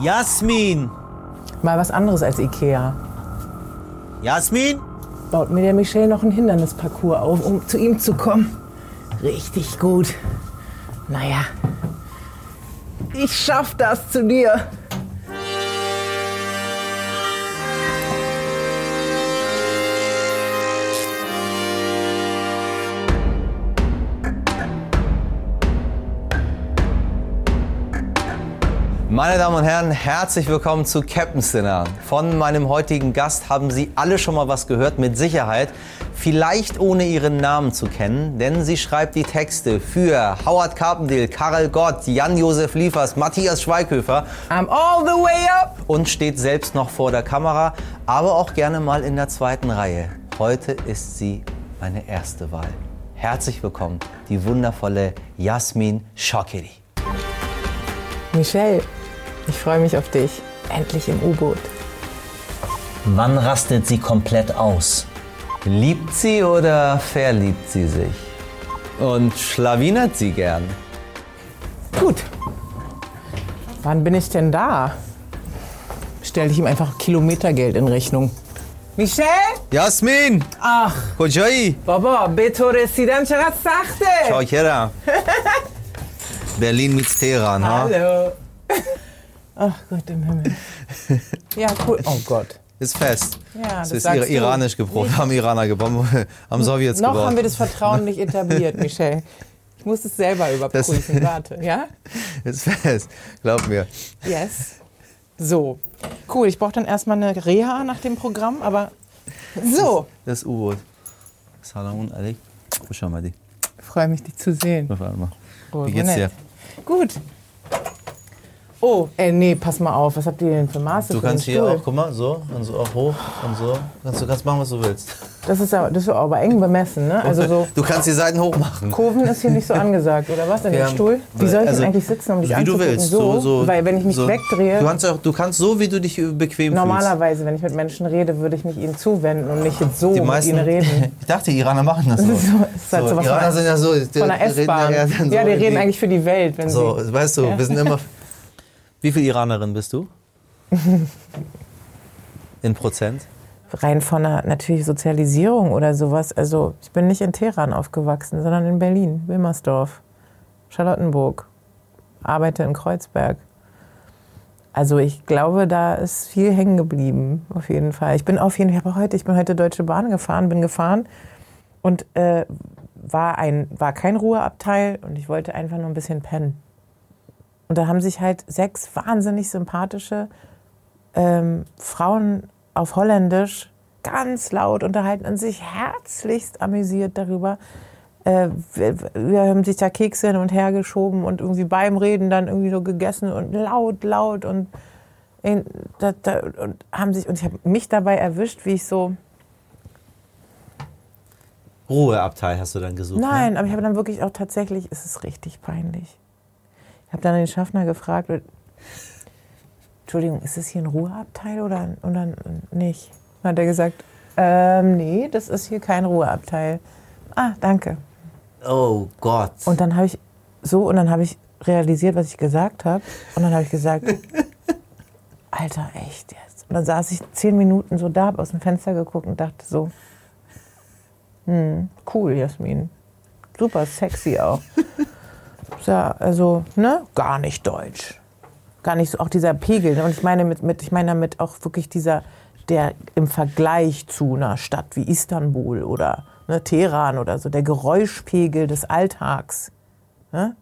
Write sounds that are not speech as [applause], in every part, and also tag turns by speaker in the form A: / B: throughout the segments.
A: Jasmin!
B: Mal was anderes als Ikea.
A: Jasmin?
B: Baut mir der Michel noch einen Hindernisparcours auf, um zu ihm zu kommen. Richtig gut. Naja, ich schaff das zu dir.
A: Meine Damen und Herren, herzlich willkommen zu Captain's Dinner. Von meinem heutigen Gast haben Sie alle schon mal was gehört, mit Sicherheit. Vielleicht ohne Ihren Namen zu kennen, denn sie schreibt die Texte für Howard Carpendale, Karel Gott, Jan-Josef Liefers, Matthias Schweighöfer
B: I'm all the way up.
A: und steht selbst noch vor der Kamera, aber auch gerne mal in der zweiten Reihe. Heute ist sie meine erste Wahl. Herzlich willkommen, die wundervolle Jasmin Schokiri.
B: Michel, ich freue mich auf dich. Endlich im U-Boot.
C: Wann rastet sie komplett aus?
A: Liebt sie oder verliebt sie sich? Und schlawinert sie gern?
B: Gut. Wann bin ich denn da? Stell ich ihm einfach Kilometergeld in Rechnung. Michel?
A: Jasmin!
B: Ach,
A: Kojai!
B: Baba, bitte residam sachte.
A: Kojera! Berlin mit Teheran, ha?
B: Hallo. Ach Gott im [laughs] Himmel. Ja, cool. Oh Gott.
A: Ist fest.
B: Ja,
A: es
B: das
A: ist
B: sagst du.
A: iranisch gebrochen, haben Iraner gebrochen, [laughs] haben Sowjets
B: Noch
A: gebrochen.
B: haben wir das Vertrauen nicht [laughs] etabliert, Michel. Ich muss es selber überprüfen. [laughs] Warte, ja?
A: Ist fest, glaub mir.
B: Yes. So. Cool, ich brauche dann erstmal eine Reha nach dem Programm, aber so.
A: Das U-Boot. Salamun Alik. Kusch mal die.
B: Freue mich, dich zu sehen.
A: Wie geht's dir?
B: Gut. Oh, ey, nee, pass mal auf. Was habt ihr denn für Maße?
A: Du
B: für
A: kannst
B: den
A: hier
B: Stuhl?
A: auch, guck mal, so und so auch hoch und so. Kannst, du kannst machen, was du willst.
B: Das ist aber, das ist aber eng bemessen, ne? Also so
A: Du kannst die Seiten hoch machen.
B: Kurven ist hier
A: [laughs]
B: nicht so angesagt, oder was? In
A: Ja,
B: dem Stuhl? Wie soll ich
A: also,
B: denn eigentlich sitzen, um dich
A: Wie du
B: anzugucken?
A: willst.
B: So, weil wenn ich mich
A: so.
B: wegdrehe,
A: Du kannst, auch, du kannst so, wie du dich bequem fühlst.
B: normalerweise, wenn ich mit Menschen rede, würde ich mich ihnen zuwenden und nicht jetzt so
A: Die
B: mit
A: meisten,
B: ihnen reden.
A: ich dachte, Iraner machen das so.
B: Das ist so- das ist halt so was
A: Iraner
B: von-
A: sind ja so. [laughs] Die,
B: Von der
A: die reden
B: S-Bahn.
A: ja,
B: Ja,
A: dann so
B: die reden
A: irgendwie-
B: eigentlich für die Welt, wenn
A: So,
B: sie.
A: weißt du, wir sind immer.
B: [laughs]
A: Wie viel Iranerin bist du? In Prozent?
B: Rein von einer natürlich Sozialisierung oder sowas. Also ich bin nicht in Teheran aufgewachsen, sondern in Berlin, Wilmersdorf, Charlottenburg, arbeite in Kreuzberg. Also ich glaube, da ist viel hängen geblieben, auf jeden Fall. Ich bin auf jeden Fall, ich, hab auch heute, ich bin heute Deutsche Bahn gefahren, bin gefahren und äh, war, ein, war kein Ruheabteil und ich wollte einfach nur ein bisschen pennen. Und da haben sich halt sechs wahnsinnig sympathische ähm, Frauen auf Holländisch ganz laut unterhalten und sich herzlichst amüsiert darüber. Äh, wir, wir haben sich da Kekse hin und her geschoben und irgendwie beim Reden dann irgendwie so gegessen und laut, laut und, in, da, da, und haben sich und ich habe mich dabei erwischt, wie ich so
A: Ruheabteil hast du dann gesucht. ne?
B: Nein, aber ich habe dann wirklich auch tatsächlich, es ist richtig peinlich. Ich habe dann den Schaffner gefragt, und- Entschuldigung, ist das hier ein Ruheabteil oder, oder nicht? Dann hat er gesagt, ähm, nee, das ist hier kein Ruheabteil. Ah, danke.
A: Ne? Oh Gott.
B: Und dann habe ich so und dann habe ich realisiert, was ich gesagt habe. Und dann habe ich gesagt, Alter, echt jetzt. Und dann saß ich zehn Minuten so da, hab aus dem Fenster geguckt und dachte so, hm, cool, Jasmin. Super sexy auch. Ja, also, ne? Gar nicht deutsch. Gar nicht so, auch dieser Pegel. Ne? Und ich meine, mit, mit, ich meine damit auch wirklich dieser, der im Vergleich zu einer Stadt wie Istanbul oder ne, Teheran oder so, der Geräuschpegel des Alltags. Ne?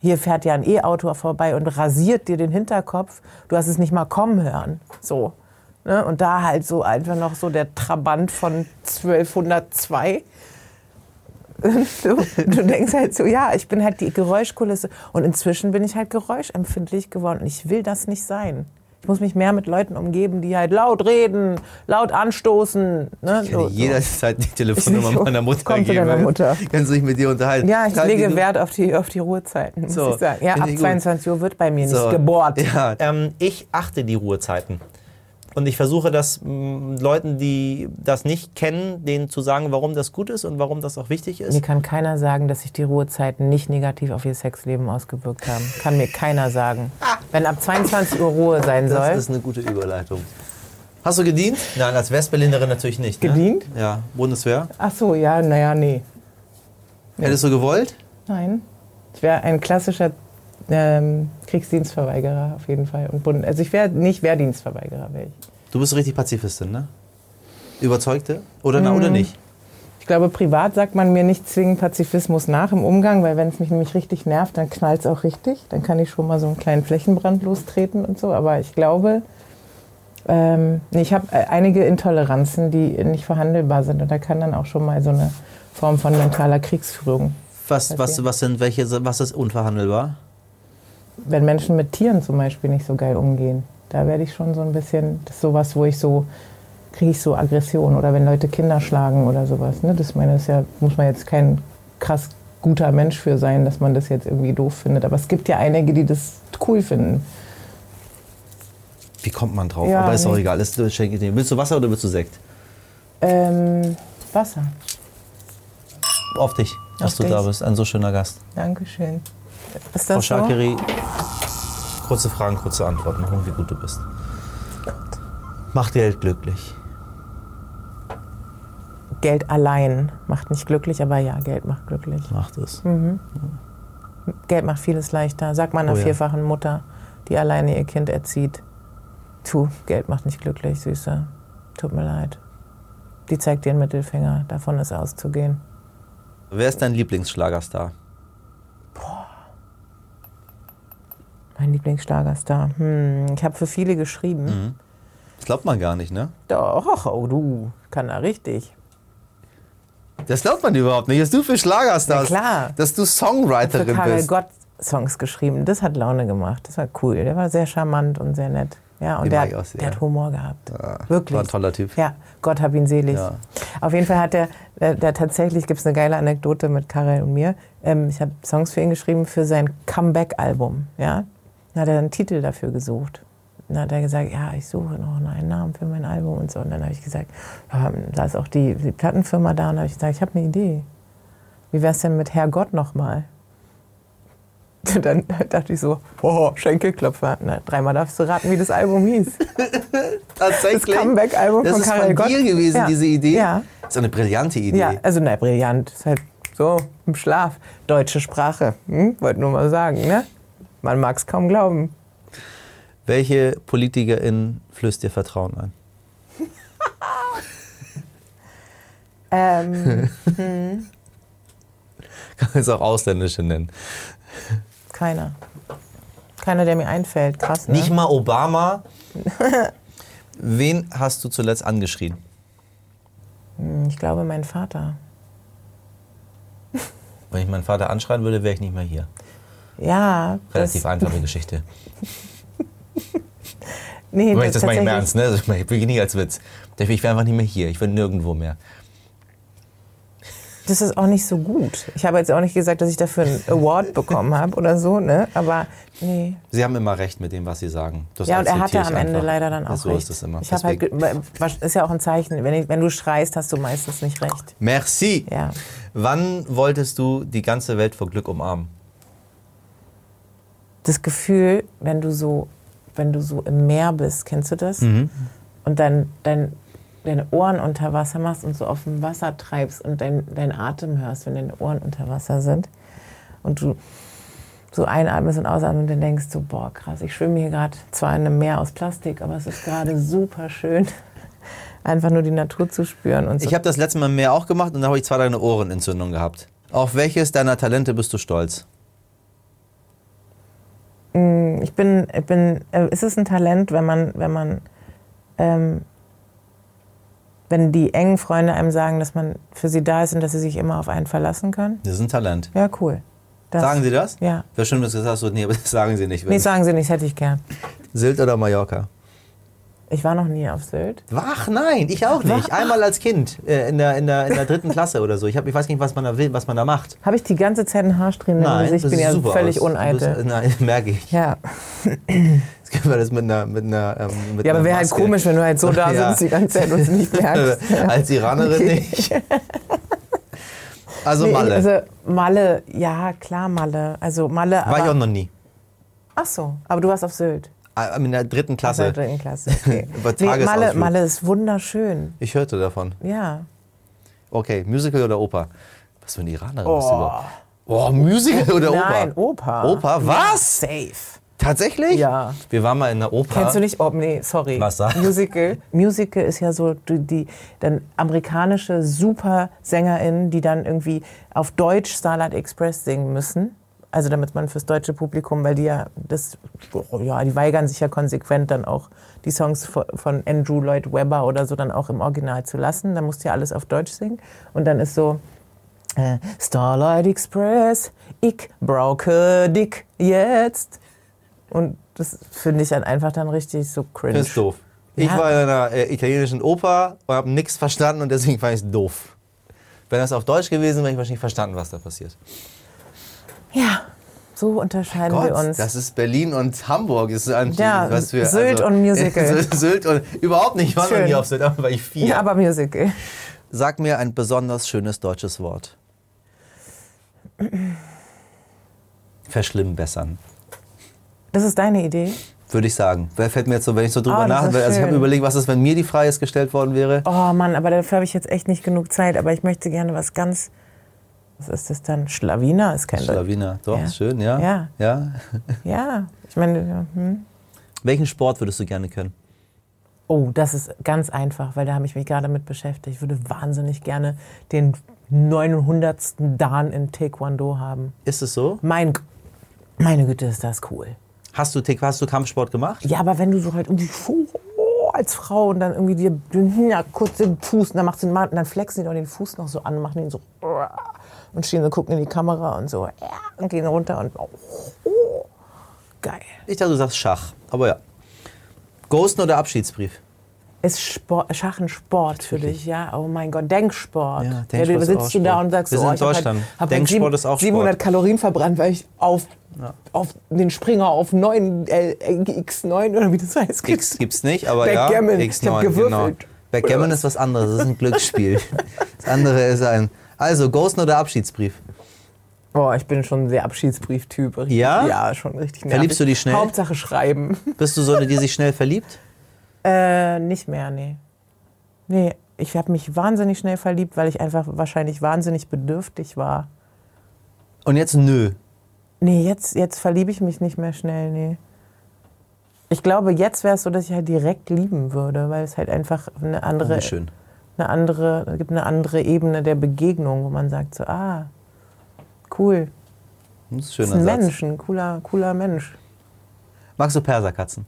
B: Hier fährt ja ein E-Auto vorbei und rasiert dir den Hinterkopf. Du hast es nicht mal kommen hören. So. Ne? Und da halt so einfach noch so der Trabant von 1202. Du, du denkst halt so, ja, ich bin halt die Geräuschkulisse. Und inzwischen bin ich halt geräuschempfindlich geworden. Und ich will das nicht sein. Ich muss mich mehr mit Leuten umgeben, die halt laut reden, laut anstoßen. Ne?
A: Ich hätte
B: So, so.
A: jederzeit die Telefonnummer
B: so.
A: meiner Mutter
B: Komm zu
A: geben.
B: deiner Mutter.
A: Kannst du dich mit dir unterhalten.
B: Ja, ich
A: Kann die-
B: lege Wert auf die, auf die Ruhezeiten, muss
A: So,
B: ich sagen. Ja,
A: finde
B: ab
A: ich gut. [laughs]
B: 22 Uhr wird bei mir
A: So.
B: nicht gebohrt.
A: Ja, ähm, ich achte die Ruhezeiten.
D: Und ich versuche das mh, Leuten, die das nicht kennen, denen zu sagen, warum das gut ist und warum das auch wichtig ist.
B: Mir kann keiner sagen, dass sich die Ruhezeiten nicht negativ auf ihr Sexleben ausgewirkt haben. Kann mir keiner sagen. Wenn ab 22 Uhr Ruhe sein
D: Das
B: soll.
D: ist eine gute Überleitung. Hast du gedient? Nein, als Westberlinerin natürlich nicht. Ne?
B: Gedient?
D: Ja, Bundeswehr.
B: Ach so, ja, naja, nee.
D: Hättest du gewollt?
B: Nein. Ich wäre ein klassischer ähm, Kriegsdienstverweigerer auf jeden Fall. Und Bund also ich wäre nicht Wehrdienstverweigerer, wäre ich.
D: Du bist richtig Pazifistin, ne? Überzeugte? Oder,
B: Mhm.
D: na, oder nicht?
B: Ich glaube, privat sagt man mir nicht zwingend Pazifismus nach im Umgang, weil wenn es mich nämlich richtig nervt, dann knallt es auch richtig. Dann kann ich schon mal so einen kleinen Flächenbrand lostreten und so. Aber ich glaube, ähm, nee, ich habe äh, einige Intoleranzen, die nicht verhandelbar sind. Und da kann dann auch schon mal so eine Form von mentaler Kriegsführung.
D: Was, was,
B: Okay.
D: was, sind welche, was ist unverhandelbar?
B: Wenn Menschen mit Tieren zum Beispiel nicht so geil umgehen, da werde ich schon so ein bisschen, das ist sowas, wo ich so, kriege ich so Aggression. Oder wenn Leute Kinder schlagen oder sowas. Ne? Das meine, das ist ja, muss man jetzt kein krass guter Mensch für sein, dass man das jetzt irgendwie doof findet. Aber es gibt ja einige, die das cool finden.
D: Wie kommt man drauf?
B: Ja,
D: Aber ist auch
B: nee.
D: egal. Ist, schenke ich dir. Willst du Wasser oder willst du Sekt?
B: Ähm, Wasser.
D: Auf dich, dass
B: Auf
D: du da
B: dich.
D: bist. Ein so schöner Gast.
B: Dankeschön. Ist
D: Frau
B: das so?
D: Schakiri, kurze Fragen, kurze Antworten. Gucken, wie gut du bist. Mach die Welt glücklich.
B: Geld allein macht nicht glücklich, aber ja, Geld macht glücklich.
D: Macht es.
B: Geld macht vieles leichter. Sagt man einer
D: Oh ja.
B: vierfachen Mutter, die alleine ihr Kind erzieht. Tu, Geld macht nicht glücklich, Süße. Tut mir leid. Die zeigt dir den Mittelfinger, davon ist auszugehen.
D: Wer ist dein Lieblingsschlagerstar?
B: Mein Lieblingsschlagerstar. Hm, ich habe für viele geschrieben.
D: Mhm. Das glaubt man gar nicht, ne?
B: Doch, oh du, kann da richtig.
D: Das glaubt man überhaupt nicht, dass du für Schlagerstars,
B: Na klar.
D: dass du
B: Für
D: Songwriterin
B: Karel
D: bist.
B: Gott Songs geschrieben. Das hat Laune gemacht. Das war cool. Der war sehr charmant und sehr nett. Ja, und
D: Den
B: der,
D: mag ich auch
B: hat,
D: sehr.
B: der hat Humor gehabt.
D: Ja,
B: Wirklich.
D: Ah, War ein toller Typ.
B: Ja, Gott hab ihn selig.
D: Ja.
B: Auf jeden Fall hat er, äh, da tatsächlich gibt's eine geile Anekdote mit Karel und mir. Ähm, ich habe Songs für ihn geschrieben für sein Comeback-Album. Ja? Dann hat er einen Titel dafür gesucht. Dann hat er gesagt, ja, ich suche noch einen Namen für mein Album und so. Und dann habe ich gesagt, ja, da ist auch die, die Plattenfirma da. Und habe ich gesagt, ich habe eine Idee. Wie wär's denn mit Herrgott nochmal? [laughs] Und dann dachte ich so, oh, Schenkelklopfer. Na, dreimal darfst du raten, wie das Album hieß. Das
D: Tatsächlich.
B: Comeback-Album
D: Das
B: von
D: ist
B: Karel
D: von
B: Gott.
D: dir gewesen,
B: Ja.
D: diese Idee.
B: Ja.
D: Das ist eine brillante Idee.
B: Ja, also na, brillant. Ist halt so im Schlaf. Deutsche Sprache. Hm? Wollte nur mal sagen, ne? Man mag es kaum glauben.
D: Welche PolitikerIn flößt dir Vertrauen ein? [laughs]
B: Ähm,
D: Kann man jetzt auch Ausländische nennen.
B: [laughs] keiner. Keiner, der mir einfällt. Krass, ne?
D: Nicht mal
B: [laughs]
D: Obama. Wen hast du zuletzt angeschrien?
B: Hm, Ich glaube, mein Vater.
D: Wenn ich meinen Vater anschreien würde, wäre ich nicht mehr hier.
B: Ja, das,
D: Relativ
B: [laughs]
D: einfache Geschichte.
B: nee,
D: Aber ich das
B: tatsächlich-
D: meine ich im Ernst, ne? Das meine ich wirklich nicht als Witz. Ich wäre einfach nicht mehr hier. Ich wäre nirgendwo mehr.
B: das ist auch nicht so gut. Ich habe jetzt auch nicht gesagt, dass ich dafür einen Award bekommen habe oder so, ne? Aber nee,
D: Sie haben immer recht mit dem, was Sie sagen. Das
B: Ja, und er hatte
D: akzeptiere
B: am
D: ich
B: Ende
D: einfach.
B: leider dann auch
D: So
B: recht.
D: ist es immer.
B: Ich habe halt,
D: Deswegen-
B: ge- was- ist ja auch ein Zeichen. Wenn, ich, wenn du schreist, hast du meistens nicht recht.
D: Merci.
B: Ja.
D: Wann wolltest du die ganze Welt vor Glück umarmen?
B: Das Gefühl, wenn du so, wenn du so im Meer bist, kennst du das? Und dann dein, deine Ohren unter Wasser machst und so auf dem Wasser treibst und dein, deinen Atem hörst, wenn deine Ohren unter Wasser sind. Und du so einatmest und ausatmest und dann denkst du, boah, krass, ich schwimme hier gerade zwar in einem Meer aus Plastik, aber es ist gerade super schön, [laughs] einfach nur die Natur zu spüren und so.
D: Ich habe das letzte Mal im Meer auch gemacht und da habe ich zwei deine Ohrenentzündung gehabt. Auf welches deiner Talente bist du stolz?
B: Ich bin, ich bin äh, ist es ein Talent, wenn man, wenn man, ähm, wenn die engen Freunde einem sagen, dass man für sie da ist und dass sie sich immer auf einen verlassen können?
D: Das ist ein Talent.
B: Ja, cool. Das,
D: Sagen Sie das?
B: Ja.
D: Wäre schön, wenn du es gesagt hast. so, Nee, aber das sagen Sie nicht.
B: Nee, sagen sie nicht, hätte ich gern.
D: Sylt oder Mallorca?
B: Ich war noch nie auf Sylt.
D: Wach? Nein, ich auch nicht. Einmal als Kind äh, in, der, in, der, in der dritten Klasse oder so. Ich, hab, ich weiß nicht, was man da will, was man da macht.
B: Habe ich die ganze Zeit einen Haarsträhnen im
D: Nein,
B: Gesicht. Also Ich bin
D: sieht
B: ja
D: super
B: völlig
D: aus. Du
B: uneitel.
D: bist- Nein, [laughs] merke ich.
B: Ja.
D: Jetzt können wir das mit einer. Mit einer ähm, mit
B: ja,
D: einer
B: aber wäre halt
D: Maske.
B: komisch, wenn du halt so da
D: Ja. Also
B: sitzt die ganze Zeit und es nicht merkst.
D: [laughs] Als
B: [laughs]
D: Iranerin nicht. Also
B: Nee,
D: Malle.
B: Also Malle, ja, klar, Malle. Also Malle,
D: war ich auch
B: aber.
D: noch nie.
B: Ach so, aber du warst auf Sylt.
D: Ah, In der dritten
B: Also
D: Klasse.
B: dritten Klasse. Okay.
D: [laughs] Über
B: nee, Malle,
D: Tagesausflug.
B: Malle ist wunderschön.
D: Ich hörte davon.
B: Ja.
D: Okay, Musical oder Oper? Was für eine Iranerin bist du
B: Oh.
D: überhaupt? Oh, Musical oder Oper?
B: Nein, Opa.
D: Oper? Was?
B: Safe.
D: Tatsächlich?
B: Ja.
D: Wir waren mal in der Oper.
B: Kennst du nicht? Oh, nee, sorry.
A: Was sag?
B: Musical. Musical ist ja so die, die dann amerikanische Supersängerin, die dann irgendwie auf Deutsch Starlight Express singen müssen. Also damit man fürs deutsche Publikum, weil die ja das, oh ja, die weigern sich ja konsequent dann auch die Songs vo- von Andrew Lloyd Webber oder so dann auch im Original zu lassen. Dann musst du ja alles auf Deutsch singen. Und dann ist so, äh, Starlight Express, ich brauche dich jetzt. Und das finde ich dann einfach dann richtig so cringe.
D: Das ist doof. Ich
B: Ja.
D: war in einer äh, italienischen Oper und habe nichts verstanden und deswegen fand ich es doof. Wenn das auf Deutsch gewesen wäre, hätte ich wahrscheinlich verstanden, was da passiert.
B: Ja, so unterscheiden wir uns.
D: das ist Berlin und Hamburg. Ist ein
B: Ja, Sylt und Musical.
D: also [laughs] Sylt und überhaupt nicht. Ich war noch
B: Schön.
D: nie auf Sylt, aber war ich vier.
B: ja, aber Musical.
D: Sag mir ein besonders schönes deutsches Wort. Verschlimmbessern.
B: Das ist deine Idee.
D: Würde ich sagen. Wer fällt mir jetzt so, wenn ich so drüber
B: Ah, das ist
D: nachdenke? Also ich habe
B: schön.
D: überlegt, was ist, wenn mir die Frage jetzt gestellt worden wäre.
B: Oh Mann, aber dafür habe ich jetzt echt nicht genug Zeit. Aber ich möchte gerne was ganz. Was ist das dann? Schlawiner ist kein Deutsch.
D: Schlawiner. Doch,
B: Ja.
D: ist schön, ja.
B: Ja.
D: ja.
B: Ja, ich meine. ja, Hm.
D: Welchen Sport würdest du gerne können?
B: Oh, das ist ganz einfach, weil da habe ich mich gerade mit beschäftigt. Ich würde wahnsinnig gerne den 900. Dan in Taekwondo haben.
D: Ist es so?
B: Mein, G- meine Güte, ist das cool.
D: Hast du, Tick- hast du Kampfsport gemacht?
B: Ja, aber wenn du so halt irgendwie so oh, als Frau und dann irgendwie dir den- ja, kurz den Fuß, und dann machst du den Mann, und dann flexen die doch den Fuß noch so an, machen den so oh, und stehen so gucken in die Kamera und so ja, und gehen runter und oh, oh, geil.
D: Ich dachte, du sagst Schach. Aber ja. Ghosten oder Abschiedsbrief?
B: Ist Sport, Schach ein Sport für dich, ja? Oh mein Gott, Denksport.
D: Ja,
B: Ja,
D: Denksport
B: du
D: ist auch
B: sitzt du da
D: Sport.
B: und sagst,
D: Wir
B: so,
D: sind
B: oh,
D: in
B: ich hab
D: Deutschland.
B: Halt, hab halt
D: Denksport
B: sieben-
D: ist auch Sport.
B: 700 Kalorien verbrannt, weil ich auf, auf den Springer auf 9, äh, X9 oder wie das heißt,
D: X gibt's nicht, aber
B: Backgammon.
D: ja.
B: Ich
D: X9,
B: hab gewürfelt.
D: Genau. Backgammon ist was anderes, das ist
B: [laughs]
D: ein Glücksspiel. Das andere ist ein. Also, Ghosten oder Abschiedsbrief?
B: Boah, ich bin schon ein sehr Abschiedsbrieftyp. Richtig-
D: Ja?
B: Ja, schon richtig nervig.
D: Verliebst du dich schnell?
B: Hauptsache schreiben. [laughs]
D: Bist du so eine, die sich schnell verliebt?
B: Äh, nicht mehr, nee. Nee, ich habe mich wahnsinnig schnell verliebt, weil ich einfach wahrscheinlich wahnsinnig bedürftig war.
D: Und jetzt nö.
B: Äh, Nee, jetzt, jetzt verliebe ich mich nicht mehr schnell, nee. Ich glaube, jetzt wäre es so, dass ich halt direkt lieben würde, weil es halt einfach eine andere,
D: Wie schön.
B: eine andere, es gibt eine andere Ebene der Begegnung, wo man sagt so, ah, cool,
D: Das ist
B: das
D: ein schöner
B: ist ein
D: Satz.
B: Mensch, ein cooler, cooler Mensch. [laughs]
D: Magst du Perserkatzen?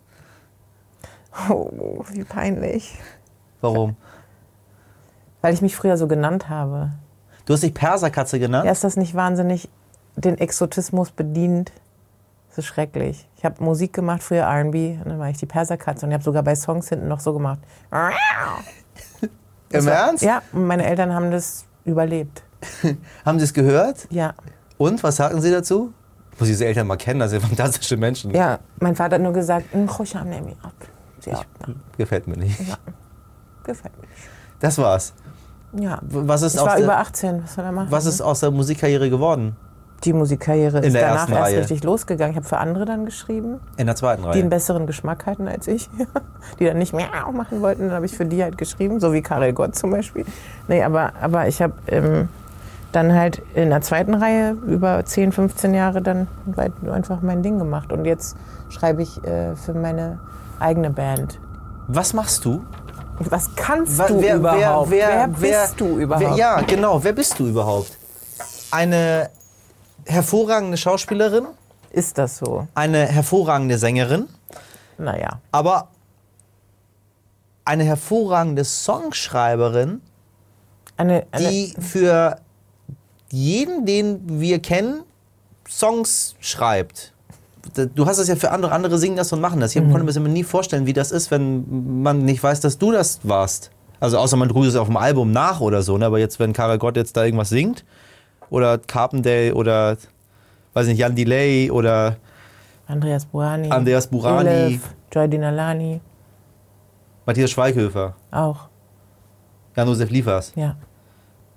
B: Oh, wie peinlich.
D: Warum?
B: Weil ich mich früher so genannt habe.
D: Du hast dich Perserkatze genannt?
B: Ja, ist das nicht wahnsinnig den Exotismus bedient? Das ist schrecklich. Ich habe Musik gemacht, früher RB, und dann war ich die Perserkatze und ich habe sogar bei Songs hinten noch so gemacht.
D: Im Ernst?
B: Ja, und meine Eltern haben das überlebt.
D: Haben sie es gehört?
B: Ja.
D: Und was sagten sie dazu? Ich muss diese Eltern mal kennen, das sind fantastische Menschen.
B: Ja, mein Vater hat nur gesagt, "Hm, ruhig am Nemi ab. Ja,
D: Gefällt mir nicht.
B: gefällt mir. nicht.
D: Das war's.
B: Ja.
D: Was ist,
B: Ich
D: aus
B: war über
D: der,
B: 18, was soll er machen?
D: was ist aus der Musikkarriere geworden?
B: Die Musikkarriere ist
D: der
B: danach
D: ersten
B: erst
D: Reihe.
B: richtig losgegangen. Ich habe für andere dann geschrieben.
D: In der zweiten
B: die einen
D: Reihe.
B: besseren Geschmack hatten als ich, [laughs] die dann nicht mehr machen wollten, dann habe ich für die halt geschrieben, so wie Karel Gott zum Beispiel. Nee, aber, aber ich habe ähm, dann halt in der zweiten Reihe über 10, 15 Jahre dann weit einfach mein Ding gemacht. Und jetzt schreibe ich äh, für meine eigene Band.
D: Was machst du?
B: Was kannst
D: Wa-
B: du überhaupt? bist du
D: wer-
B: überhaupt?
D: ja, genau. Wer bist du überhaupt? Eine hervorragende Schauspielerin,
B: Ist das so?
D: eine hervorragende Sängerin,
B: Naja.
D: aber eine hervorragende Songschreiberin,
B: Eine, eine,
D: die für jeden, den wir kennen, Songs schreibt. du hast es ja für andere, andere singen das und machen das. Ich mhm. konnte mir das immer nie vorstellen, wie das ist, wenn man nicht weiß, dass du das warst. Also außer man trug es auf dem Album nach oder so, ne? aber jetzt, wenn Karel Gott jetzt da irgendwas singt oder Carpendale oder, weiß nicht, Jan Delay oder
B: Andreas Burani.
D: Andreas Burani.
B: Elif, Joy Dinalani
D: Matthias Schweighöfer,
B: auch,
D: Jan-Josef Liefers,
B: ja.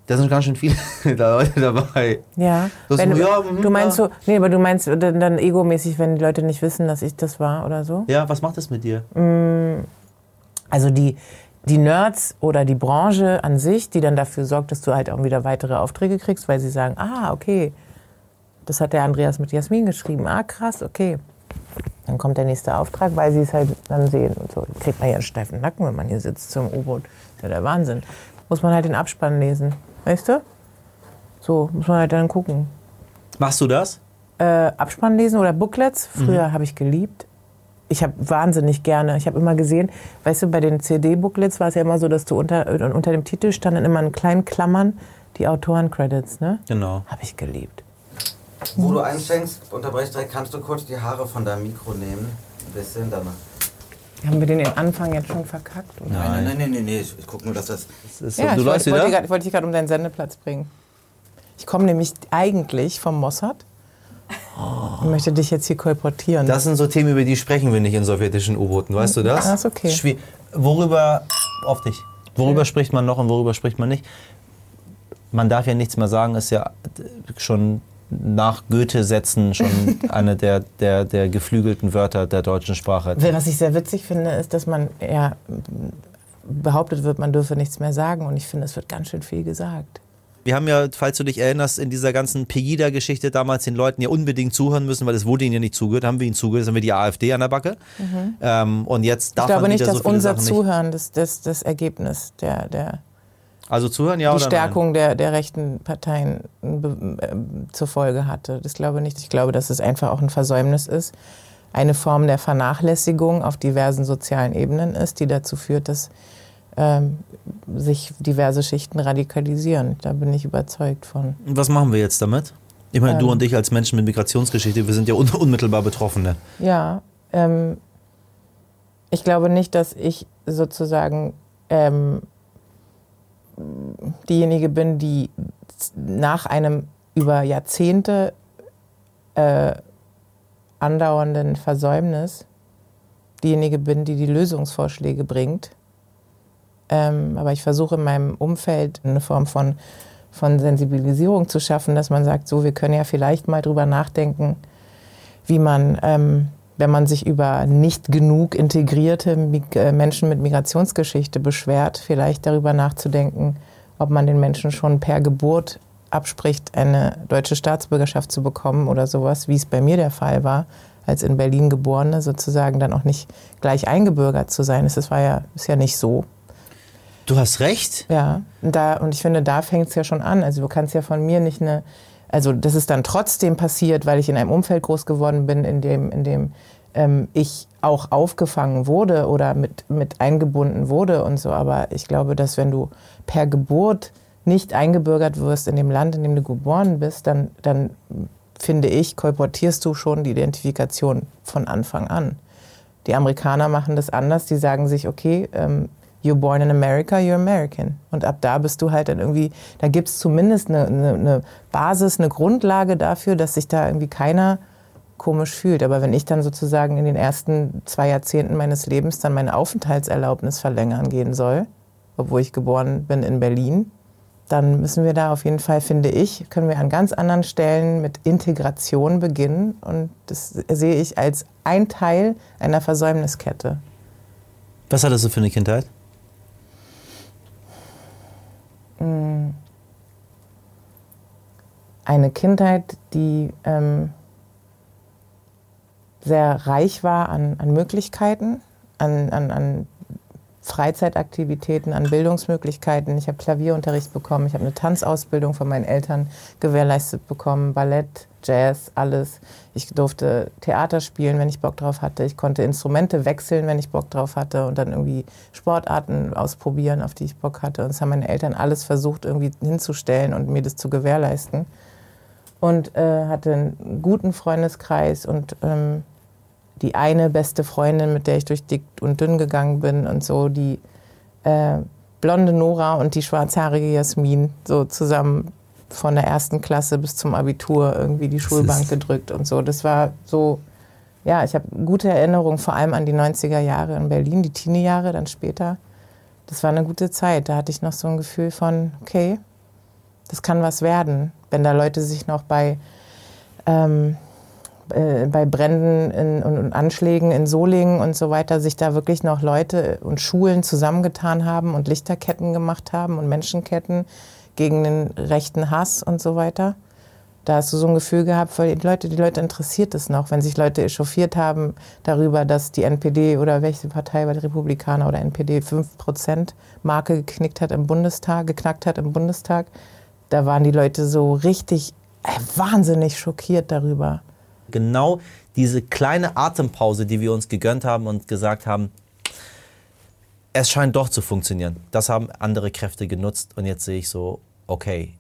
D: da sind ganz schön viele [laughs] Leute dabei.
B: Ja.
D: Das
B: wenn,
D: ist- ja, mhm,
B: du meinst
D: ja.
B: so, nee, aber du meinst äh, dann, dann egomäßig, wenn die Leute nicht wissen, dass ich das war oder so?
D: Ja, was macht das mit dir?
B: Also die, die Nerds oder die Branche an sich, die dann dafür sorgt, dass du halt auch wieder weitere Aufträge kriegst, weil sie sagen, ah, okay, das hat der Andreas mit Jasmin geschrieben. Ah, krass, okay. Dann kommt der nächste Auftrag, weil sie es halt dann sehen und so. Kriegt man ja einen steifen Nacken, wenn man hier sitzt zum U-Boot. Ist ja der Wahnsinn. Muss man halt den Abspann lesen, weißt du? So, muss man halt dann gucken.
D: Machst du das?
B: äh, Abspann lesen oder Booklets. Früher habe ich geliebt. Ich habe wahnsinnig gerne. Ich habe immer gesehen, weißt du, bei den CD-Booklets war es ja immer so, dass du unter, äh, unter dem Titel standen immer in kleinen Klammern die Autoren-Credits, ne?
D: Genau.
B: Habe ich geliebt.
E: Wo du einschenkst, unterbrechst direkt, kannst du kurz die Haare von deinem Mikro nehmen? Ein bisschen danach.
B: Haben wir den im Anfang jetzt schon verkackt? Oder?
E: Nein, nein, nein, nein, nein, nein. Ich, ich guck nur, dass das.
D: Das ist
B: Ja,
D: so, du
B: ich
D: läufst
B: wollte, wollte,
D: wieder?
B: grad- wollte dich gerade um deinen Sendeplatz bringen. Ich komme nämlich eigentlich vom Mossad und möchte dich jetzt hier kolportieren.
D: Das sind so Themen, über die sprechen wir nicht in sowjetischen U-Booten, weißt du das?
B: Ah, ist okay.
D: Schwie- worüber, auf dich, worüber spricht man noch und worüber spricht man nicht? Man darf ja nichts mehr sagen, ist ja schon nach
B: [laughs]
D: Goethe-Sätzen schon eine der, der, der geflügelten Wörter der deutschen Sprache.
B: Was ich sehr witzig finde, ist, dass man ja behauptet wird, man dürfe nichts mehr sagen. Und ich finde, es wird ganz schön viel gesagt.
D: Wir haben ja, falls du dich erinnerst, in dieser ganzen Pegida-Geschichte damals den Leuten ja unbedingt zuhören müssen, weil es wurde ihnen ja nicht zugehört, haben wir ihnen zugehört, jetzt haben wir die AfD an der Backe. Ähm, und jetzt
B: Mhm. Ich
D: darf
B: glaube
D: man
B: nicht,
D: wieder
B: dass
D: so viele
B: unser
D: Sachen nicht.
B: Zuhören das, das, das Ergebnis der, der
D: Also zuhören, ja
B: die
D: oder nein?
B: Stärkung der, der rechten Parteien be- ähm, zur Folge hatte. Das glaube ich nicht. Ich glaube, dass es einfach auch ein Versäumnis ist. Eine Form der Vernachlässigung auf diversen sozialen Ebenen ist, die dazu führt, dass ähm, sich diverse Schichten radikalisieren. Da bin ich überzeugt von.
D: Was machen wir jetzt damit? Ich meine, du
B: Ähm.
D: und ich als Menschen mit Migrationsgeschichte, wir sind ja un unmittelbar Betroffene.
B: Ja, ähm, ich glaube nicht, dass ich sozusagen ähm, diejenige bin, die z- nach einem über Jahrzehnte äh, andauernden Versäumnis diejenige bin, die die Lösungsvorschläge bringt. Ähm, aber ich versuche in meinem Umfeld eine Form von, von Sensibilisierung zu schaffen, dass man sagt, so, wir können ja vielleicht mal drüber nachdenken, wie man, ähm, wenn man sich über nicht genug integrierte Mig äh, Menschen mit Migrationsgeschichte beschwert, vielleicht darüber nachzudenken, ob man den Menschen schon per Geburt abspricht, eine deutsche Staatsbürgerschaft zu bekommen oder sowas, wie es bei mir der Fall war, als in Berlin geborene sozusagen dann auch nicht gleich eingebürgert zu sein. Das war ja, ist ja nicht so.
D: Du hast recht.
B: Ja, und da, und ich finde, da fängt es ja schon an. Also du kannst ja von mir nicht eine, also das ist dann trotzdem passiert, weil ich in einem Umfeld groß geworden bin, in dem, in dem ähm, ich auch aufgefangen wurde oder mit, mit eingebunden wurde und so. Aber ich glaube, dass wenn du per Geburt nicht eingebürgert wirst in dem Land, in dem du geboren bist, dann, dann finde ich, kolportierst du schon die Identifikation von Anfang an. Die Amerikaner machen das anders. Die sagen sich, okay, ähm, you're born in America, you're American. Und ab da bist du halt dann irgendwie, da gibt es zumindest eine, eine, eine Basis, eine Grundlage dafür, dass sich da irgendwie keiner komisch fühlt. Aber wenn ich dann sozusagen in den ersten zwei Jahrzehnten meines Lebens dann meine Aufenthaltserlaubnis verlängern gehen soll, obwohl ich geboren bin in Berlin, dann müssen wir da auf jeden Fall, finde ich, können wir an ganz anderen Stellen mit Integration beginnen. Und das sehe ich als ein Teil einer Versäumniskette.
D: Was hattest du für eine Kindheit?
B: Eine Kindheit, die ähm, sehr reich war an, an Möglichkeiten, an, an, an Freizeitaktivitäten, an Bildungsmöglichkeiten. Ich habe Klavierunterricht bekommen, ich habe eine Tanzausbildung von meinen Eltern gewährleistet bekommen, Ballett, Jazz, alles. Ich durfte Theater spielen, wenn ich Bock drauf hatte. Ich konnte Instrumente wechseln, wenn ich Bock drauf hatte und dann irgendwie Sportarten ausprobieren, auf die ich Bock hatte. Und das haben meine Eltern alles versucht, irgendwie hinzustellen und mir das zu gewährleisten. und äh, hatte einen guten Freundeskreis und ähm, die eine beste Freundin, mit der ich durch dick und dünn gegangen bin und so, die äh, blonde Nora und die schwarzhaarige Jasmin so zusammen von der ersten Klasse bis zum Abitur irgendwie die Schulbank
D: ist-
B: gedrückt und so. Das war so, ja, ich habe gute Erinnerungen vor allem an die 90er Jahre in Berlin, die Teenie-Jahre dann später. Das war eine gute Zeit. Da hatte ich noch so ein Gefühl von, okay, das kann was werden, wenn da Leute sich noch bei, ähm, äh, bei Bränden in, und, und Anschlägen in Solingen und so weiter, sich da wirklich noch Leute und Schulen zusammengetan haben und Lichterketten gemacht haben und Menschenketten gegen den rechten Hass und so weiter. Da hast du so ein Gefühl gehabt, weil die Leute, die Leute interessiert es noch, wenn sich Leute echauffiert haben darüber, dass die NPD oder welche Partei war die Republikaner oder NPD 5% Marke geknickt hat im Bundestag, geknackt hat im Bundestag. Da waren die Leute so richtig äh, wahnsinnig schockiert darüber.
D: Genau diese kleine Atempause, die wir uns gegönnt haben und gesagt haben, es scheint doch zu funktionieren. Das haben andere Kräfte genutzt und jetzt sehe ich so, okay,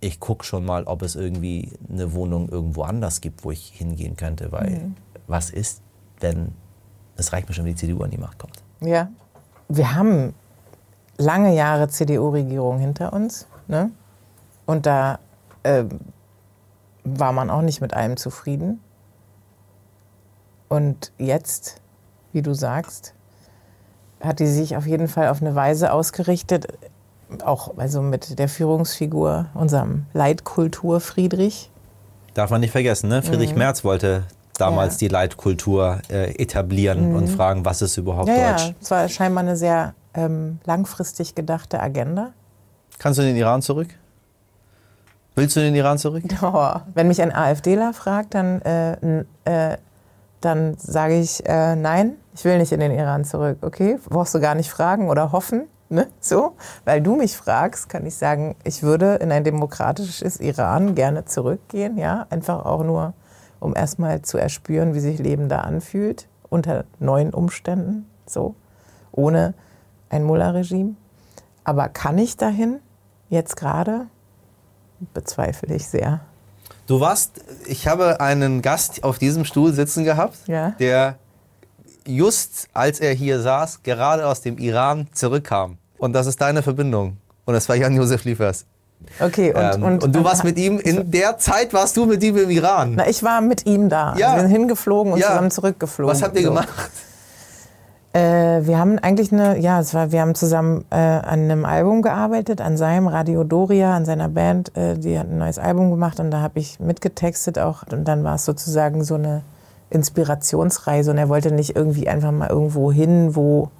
D: ich gucke schon mal, ob es irgendwie eine Wohnung irgendwo anders gibt, wo ich hingehen könnte, weil was ist, wenn es reicht mir schon, wenn die CDU an die Macht kommt?
B: Ja. Wir haben lange Jahre CDU-Regierung hinter uns. Ne? Und da ähm, war man auch nicht mit allem zufrieden. Und jetzt, wie du sagst, hat die sich auf jeden Fall auf eine Weise ausgerichtet, auch also mit der Führungsfigur, unserem Leitkultur Friedrich.
D: Darf man nicht vergessen, ne? Friedrich Merz wollte damals
B: Ja.
D: die Leitkultur äh, etablieren und fragen, was ist überhaupt
B: Mhm. Ja, ja,
D: Deutsch?
B: es war scheinbar eine sehr ähm, langfristig gedachte Agenda.
D: Kannst du in den Iran zurück? Willst du in den Iran zurück?
B: Oh, wenn mich ein AfDler fragt, dann, äh, n- äh, dann sage ich äh, nein, ich will nicht in den Iran zurück. Okay, brauchst du gar nicht fragen oder hoffen. Ne? So, weil du mich fragst, kann ich sagen, ich würde in ein demokratisches Iran gerne zurückgehen, ja, einfach auch nur, um erstmal zu erspüren, wie sich Leben da anfühlt unter neuen Umständen, so ohne ein Mullah-Regime. Aber kann ich dahin jetzt gerade? Bezweifle ich sehr.
D: Du warst, ich habe einen Gast auf diesem Stuhl sitzen gehabt,
B: Ja.
D: der just als er hier saß, gerade aus dem Iran zurückkam. Und das ist deine Verbindung. Und das war Jan-Josef Liefers.
B: Okay, und, äh,
D: ähm, und, du warst mit ihm,
B: [laughs]
D: in der Zeit warst du mit ihm im Iran.
B: Na, ich war mit ihm da.
D: Ja.
B: Also wir sind hingeflogen und
D: Ja.
B: zusammen zurückgeflogen.
D: Was habt ihr
B: So.
D: gemacht?
B: Äh, wir haben eigentlich eine, ja, es war, wir haben zusammen äh, an einem Album gearbeitet, an seinem Radio Doria, an seiner Band. Äh, die hat ein neues Album gemacht und da habe ich mitgetextet auch. Und dann war es sozusagen so eine Inspirationsreise und er wollte nicht irgendwie einfach mal irgendwo hin, wo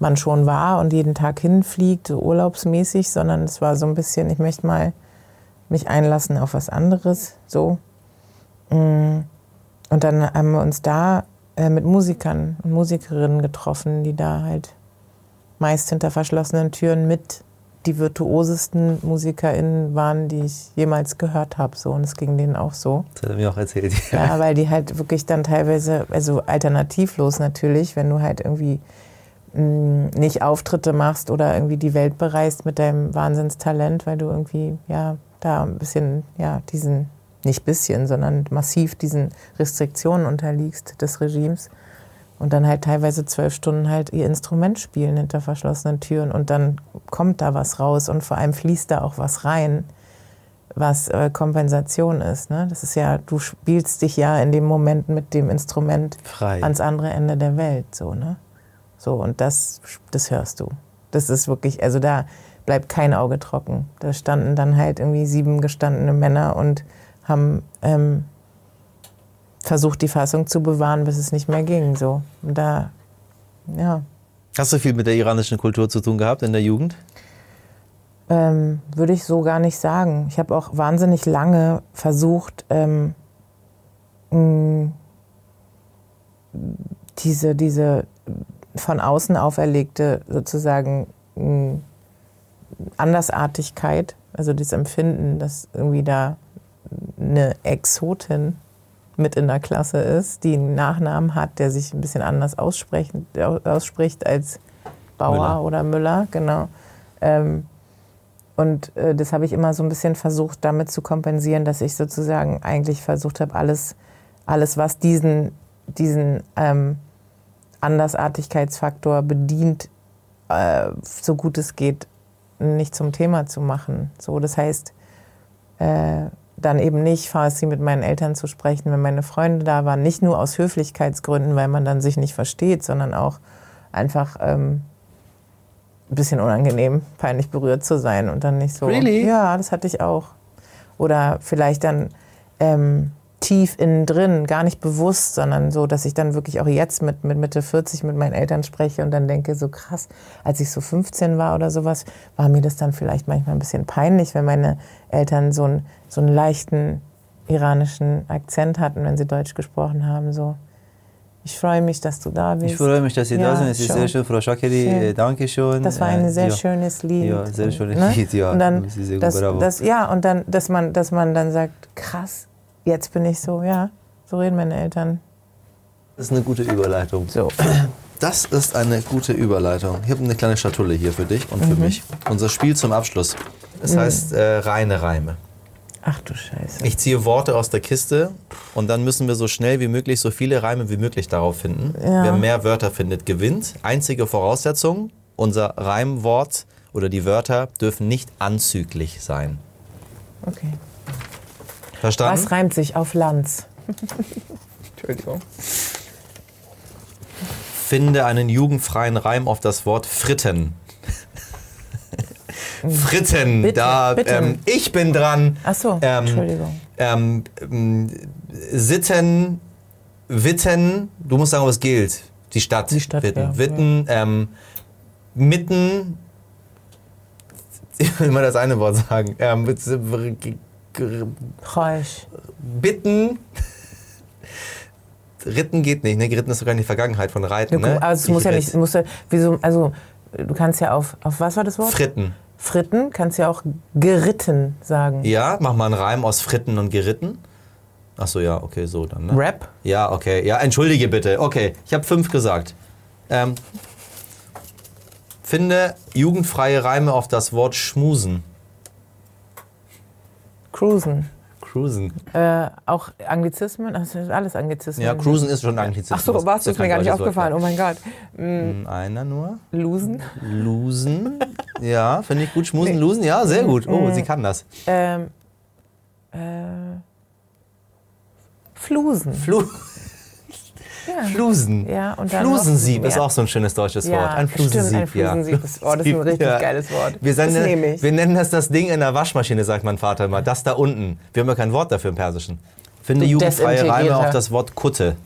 B: man schon war und jeden Tag hinfliegt, so urlaubsmäßig, sondern es war so ein bisschen, ich möchte mal mich einlassen auf was anderes, so. Mm. Und dann haben wir uns da äh, mit Musikern und Musikerinnen getroffen, die da halt meist hinter verschlossenen Türen mit die virtuosesten MusikerInnen waren, die ich jemals gehört habe. So. Und es ging denen auch so.
D: Das hat er mir auch erzählt.
B: [laughs] Ja, weil die halt wirklich dann teilweise, also alternativlos natürlich, wenn du halt irgendwie mh, nicht Auftritte machst oder irgendwie die Welt bereist mit deinem Wahnsinnstalent, weil du irgendwie, ja, da ein bisschen, ja, diesen, nicht bisschen, sondern massiv diesen Restriktionen unterliegst des Regimes und dann halt teilweise zwölf Stunden halt ihr Instrument spielen hinter verschlossenen Türen und dann kommt da was raus und vor allem fließt da auch was rein was äh, Kompensation ist. Ne? Das ist ja, du spielst dich ja in dem Moment mit dem Instrument
D: Frei.
B: ans andere Ende der Welt, so ne. So und das, das hörst du. Das ist wirklich, also da bleibt kein Auge trocken. Da standen dann halt irgendwie sieben gestandene Männer und haben ähm, versucht, die Fassung zu bewahren, bis es nicht mehr ging. So und da, ja.
D: Hast du viel mit der iranischen Kultur zu tun gehabt in der Jugend?
B: Ähm, würde ich so gar nicht sagen. Ich habe auch wahnsinnig lange versucht, ähm, mh, diese, diese von außen auferlegte sozusagen mh, Andersartigkeit, also das Empfinden, dass irgendwie da eine Exotin mit in der Klasse ist, die einen Nachnamen hat, der sich ein bisschen anders aussprechen- ausspricht als Bauer
D: Müller.
B: oder Müller, genau. Ähm, Und äh, das habe ich immer so ein bisschen versucht, damit zu kompensieren, dass ich sozusagen eigentlich versucht habe, alles, alles was diesen, diesen ähm, Andersartigkeitsfaktor bedient, äh, so gut es geht, nicht zum Thema zu machen. So, das heißt, äh, dann eben nicht Farsi mit meinen Eltern zu sprechen, wenn meine Freunde da waren. Nicht nur aus Höflichkeitsgründen, weil man dann sich nicht versteht, sondern auch einfach ähm, ein bisschen unangenehm, peinlich berührt zu sein und dann nicht so.
D: Really?
B: Ja, das hatte ich auch. Oder vielleicht dann ähm, tief innen drin, gar nicht bewusst, sondern so, dass ich dann wirklich auch jetzt mit, mit Mitte 40 mit meinen Eltern spreche und dann denke, so krass, als ich so 15 war oder sowas, war mir das dann vielleicht manchmal ein bisschen peinlich, wenn meine Eltern so einen, so einen leichten iranischen Akzent hatten, wenn sie Deutsch gesprochen haben, so. Ich freue mich, dass du da bist.
D: Ich freue mich, dass Sie
B: Ja,
D: da sind. Es ist
B: schon.
D: sehr schön, Frau Schakiri.
B: Schön.
D: Äh, danke schön.
B: Das war
D: Äh,
B: ein sehr
D: ja.
B: schönes Lied.
D: Ja, sehr schönes
B: ne?
D: Lied, ja.
B: Und dann,
D: Das ist sehr gut,
B: dass,
D: bravo.
B: dass, ja, und dann, dass man, dass man dann sagt, krass, jetzt bin ich so, ja, so reden meine Eltern.
D: Das ist eine gute Überleitung.
B: So.
D: Das ist eine gute Überleitung. Ich habe eine kleine Schatulle hier für dich und für
B: Mhm.
D: mich. Unser Spiel zum Abschluss. Es heißt äh, reine Reime.
B: Ach du Scheiße.
D: Ich ziehe Worte aus der Kiste und dann müssen wir so schnell wie möglich so viele Reime wie möglich darauf finden.
B: Ja.
D: Wer mehr Wörter findet, gewinnt. Einzige Voraussetzung, unser Reimwort oder die Wörter dürfen nicht anzüglich sein.
B: Okay.
D: Verstanden?
B: Was reimt sich auf Lanz?
F: Entschuldigung.
D: Finde einen jugendfreien Reim auf das Wort Fritten. Fritten,
B: Bitte,
D: da
B: bitte.
D: Ähm, ich bin dran.
B: Ach so,
D: Ähm,
B: Entschuldigung.
D: Ähm, ähm, Sitten, Witten, du musst sagen, ob es gilt. Die Stadt.
B: Die Stadt,
D: Witten,
B: ja.
D: Witten ähm, mitten. [laughs] Ich will immer das eine Wort sagen. Ähm, mit-
B: Reusch.
D: ne? bitten. Ritten geht nicht, ne? Geritten ist sogar in die Vergangenheit von Reiten,
B: Du,
D: ne?
B: Also es muss ja
D: Ich
B: nicht, muss ja, wieso, also du kannst ja auf, auf was war das Wort?
D: Fritten.
B: Fritten kannst ja auch geritten sagen.
D: Ja, mach mal einen Reim aus Fritten und Geritten. Ach so, ja, okay, so dann. Ne?
B: Rap?
D: Ja, okay. Ja, entschuldige bitte. Okay, ich habe fünf gesagt. Ähm, finde jugendfreie Reime auf das Wort schmusen.
B: Cruisen.
D: Cruisen.
B: Äh, auch Anglizismen? Das ist alles Anglizismen.
D: Ja, cruisen ist schon Anglizismus.
F: Ach so, was? Ist mir gar nicht aufgefallen. Oh mein Gott.
D: Oh. Einer nur.
F: Losen?
D: Losen. [laughs] Ja, finde ich gut. Schmusen, losen. Ja, sehr gut.
B: Mhm.
D: Oh, sie kann das.
B: Ähm, äh, Flusen.
D: Flu
B: Ja.
D: Flusen.
B: Ja, und dann
D: Flusensieb
B: noch-
D: ist
B: ja.
D: auch so ein schönes deutsches
B: Ja,
D: Wort. Ein
B: stimmt, ein
D: Flusensieb, ja.
B: Flusensieb ist- oh, das ist ein richtig
D: Ja.
B: geiles Wort.
D: Wir,
B: Das
D: nennen-
B: nehme ich.
D: wir nennen das das Ding in der Waschmaschine, sagt mein Vater immer. Das da unten. Wir haben ja kein Wort dafür im Persischen. Finde
B: Du
D: jugendfreie Reime
B: Desintegrierter.
D: auf das Wort Kutte.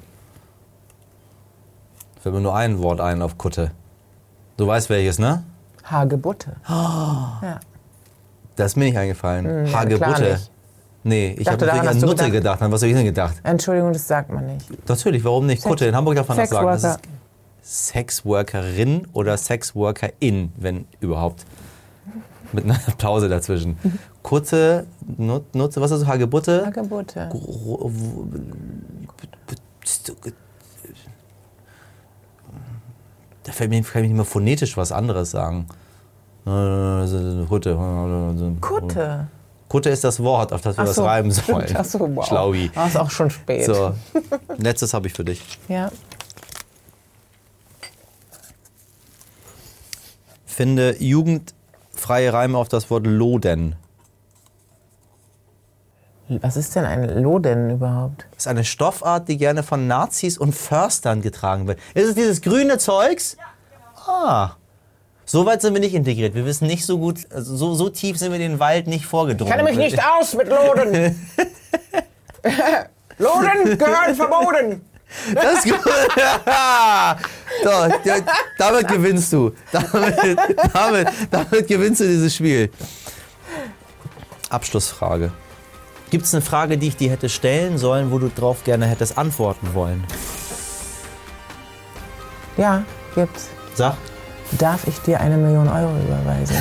D: Fällt mir nur ein Wort ein auf Kutte. Du weißt welches, ne?
B: Hagebutte.
D: Oh.
B: Ja.
D: Das ist mir nicht eingefallen.
B: Hm, ja,
D: Hagebutte.
B: klar nicht.
D: Nee, ich
B: Dachte,
D: habe
B: daran
D: natürlich an
B: hast du
D: Nutte
B: gedacht.
D: gedacht. An Was habe ich denn gedacht?
B: Entschuldigung, das sagt man nicht.
D: Natürlich, warum nicht? Kutte, in Hamburg darf man das sagen. Das
B: Sexworker.
D: ist Sexworkerin oder Sexworkerin, wenn überhaupt. Mit einer [laughs] Pause dazwischen. Kutte, Nut- Nutze, was ist das? Hagebutte?
B: Hagebutte.
D: Gro- w- Da fällt mir, kann ich nicht mehr phonetisch was anderes sagen. Kutte.
B: Kutte.
D: Kutte ist das Wort, auf das wir
B: Ach
D: was
B: so, [laughs]
D: reimen
B: stimmt.
D: sollen.
B: Ach so, wow.
D: Schlaui.
B: Ah, ist auch schon spät.
D: So, letztes habe ich für dich.
B: Ja.
D: Finde jugendfreie Reime auf das Wort Loden.
B: Was ist denn ein Loden überhaupt?
D: Ist eine Stoffart, die gerne von Nazis und Förstern getragen wird. Ist es dieses grüne Zeugs? Ja, genau. Ah. So weit sind wir nicht integriert. Wir wissen nicht so gut, also so, so tief sind wir in den Wald nicht vorgedrungen.
B: Ich kenne mich nicht aus mit [laughs] Loden. Loden gehören verboten.
D: Das ist gut. [laughs] so, ja, damit gewinnst du. Damit, damit, damit gewinnst du dieses Spiel. Abschlussfrage. Gibt es eine Frage, die ich dir hätte stellen sollen, wo du drauf gerne hättest antworten wollen?
B: Ja, gibt's.
D: Sag.
B: Darf ich dir eine Million Euro überweisen?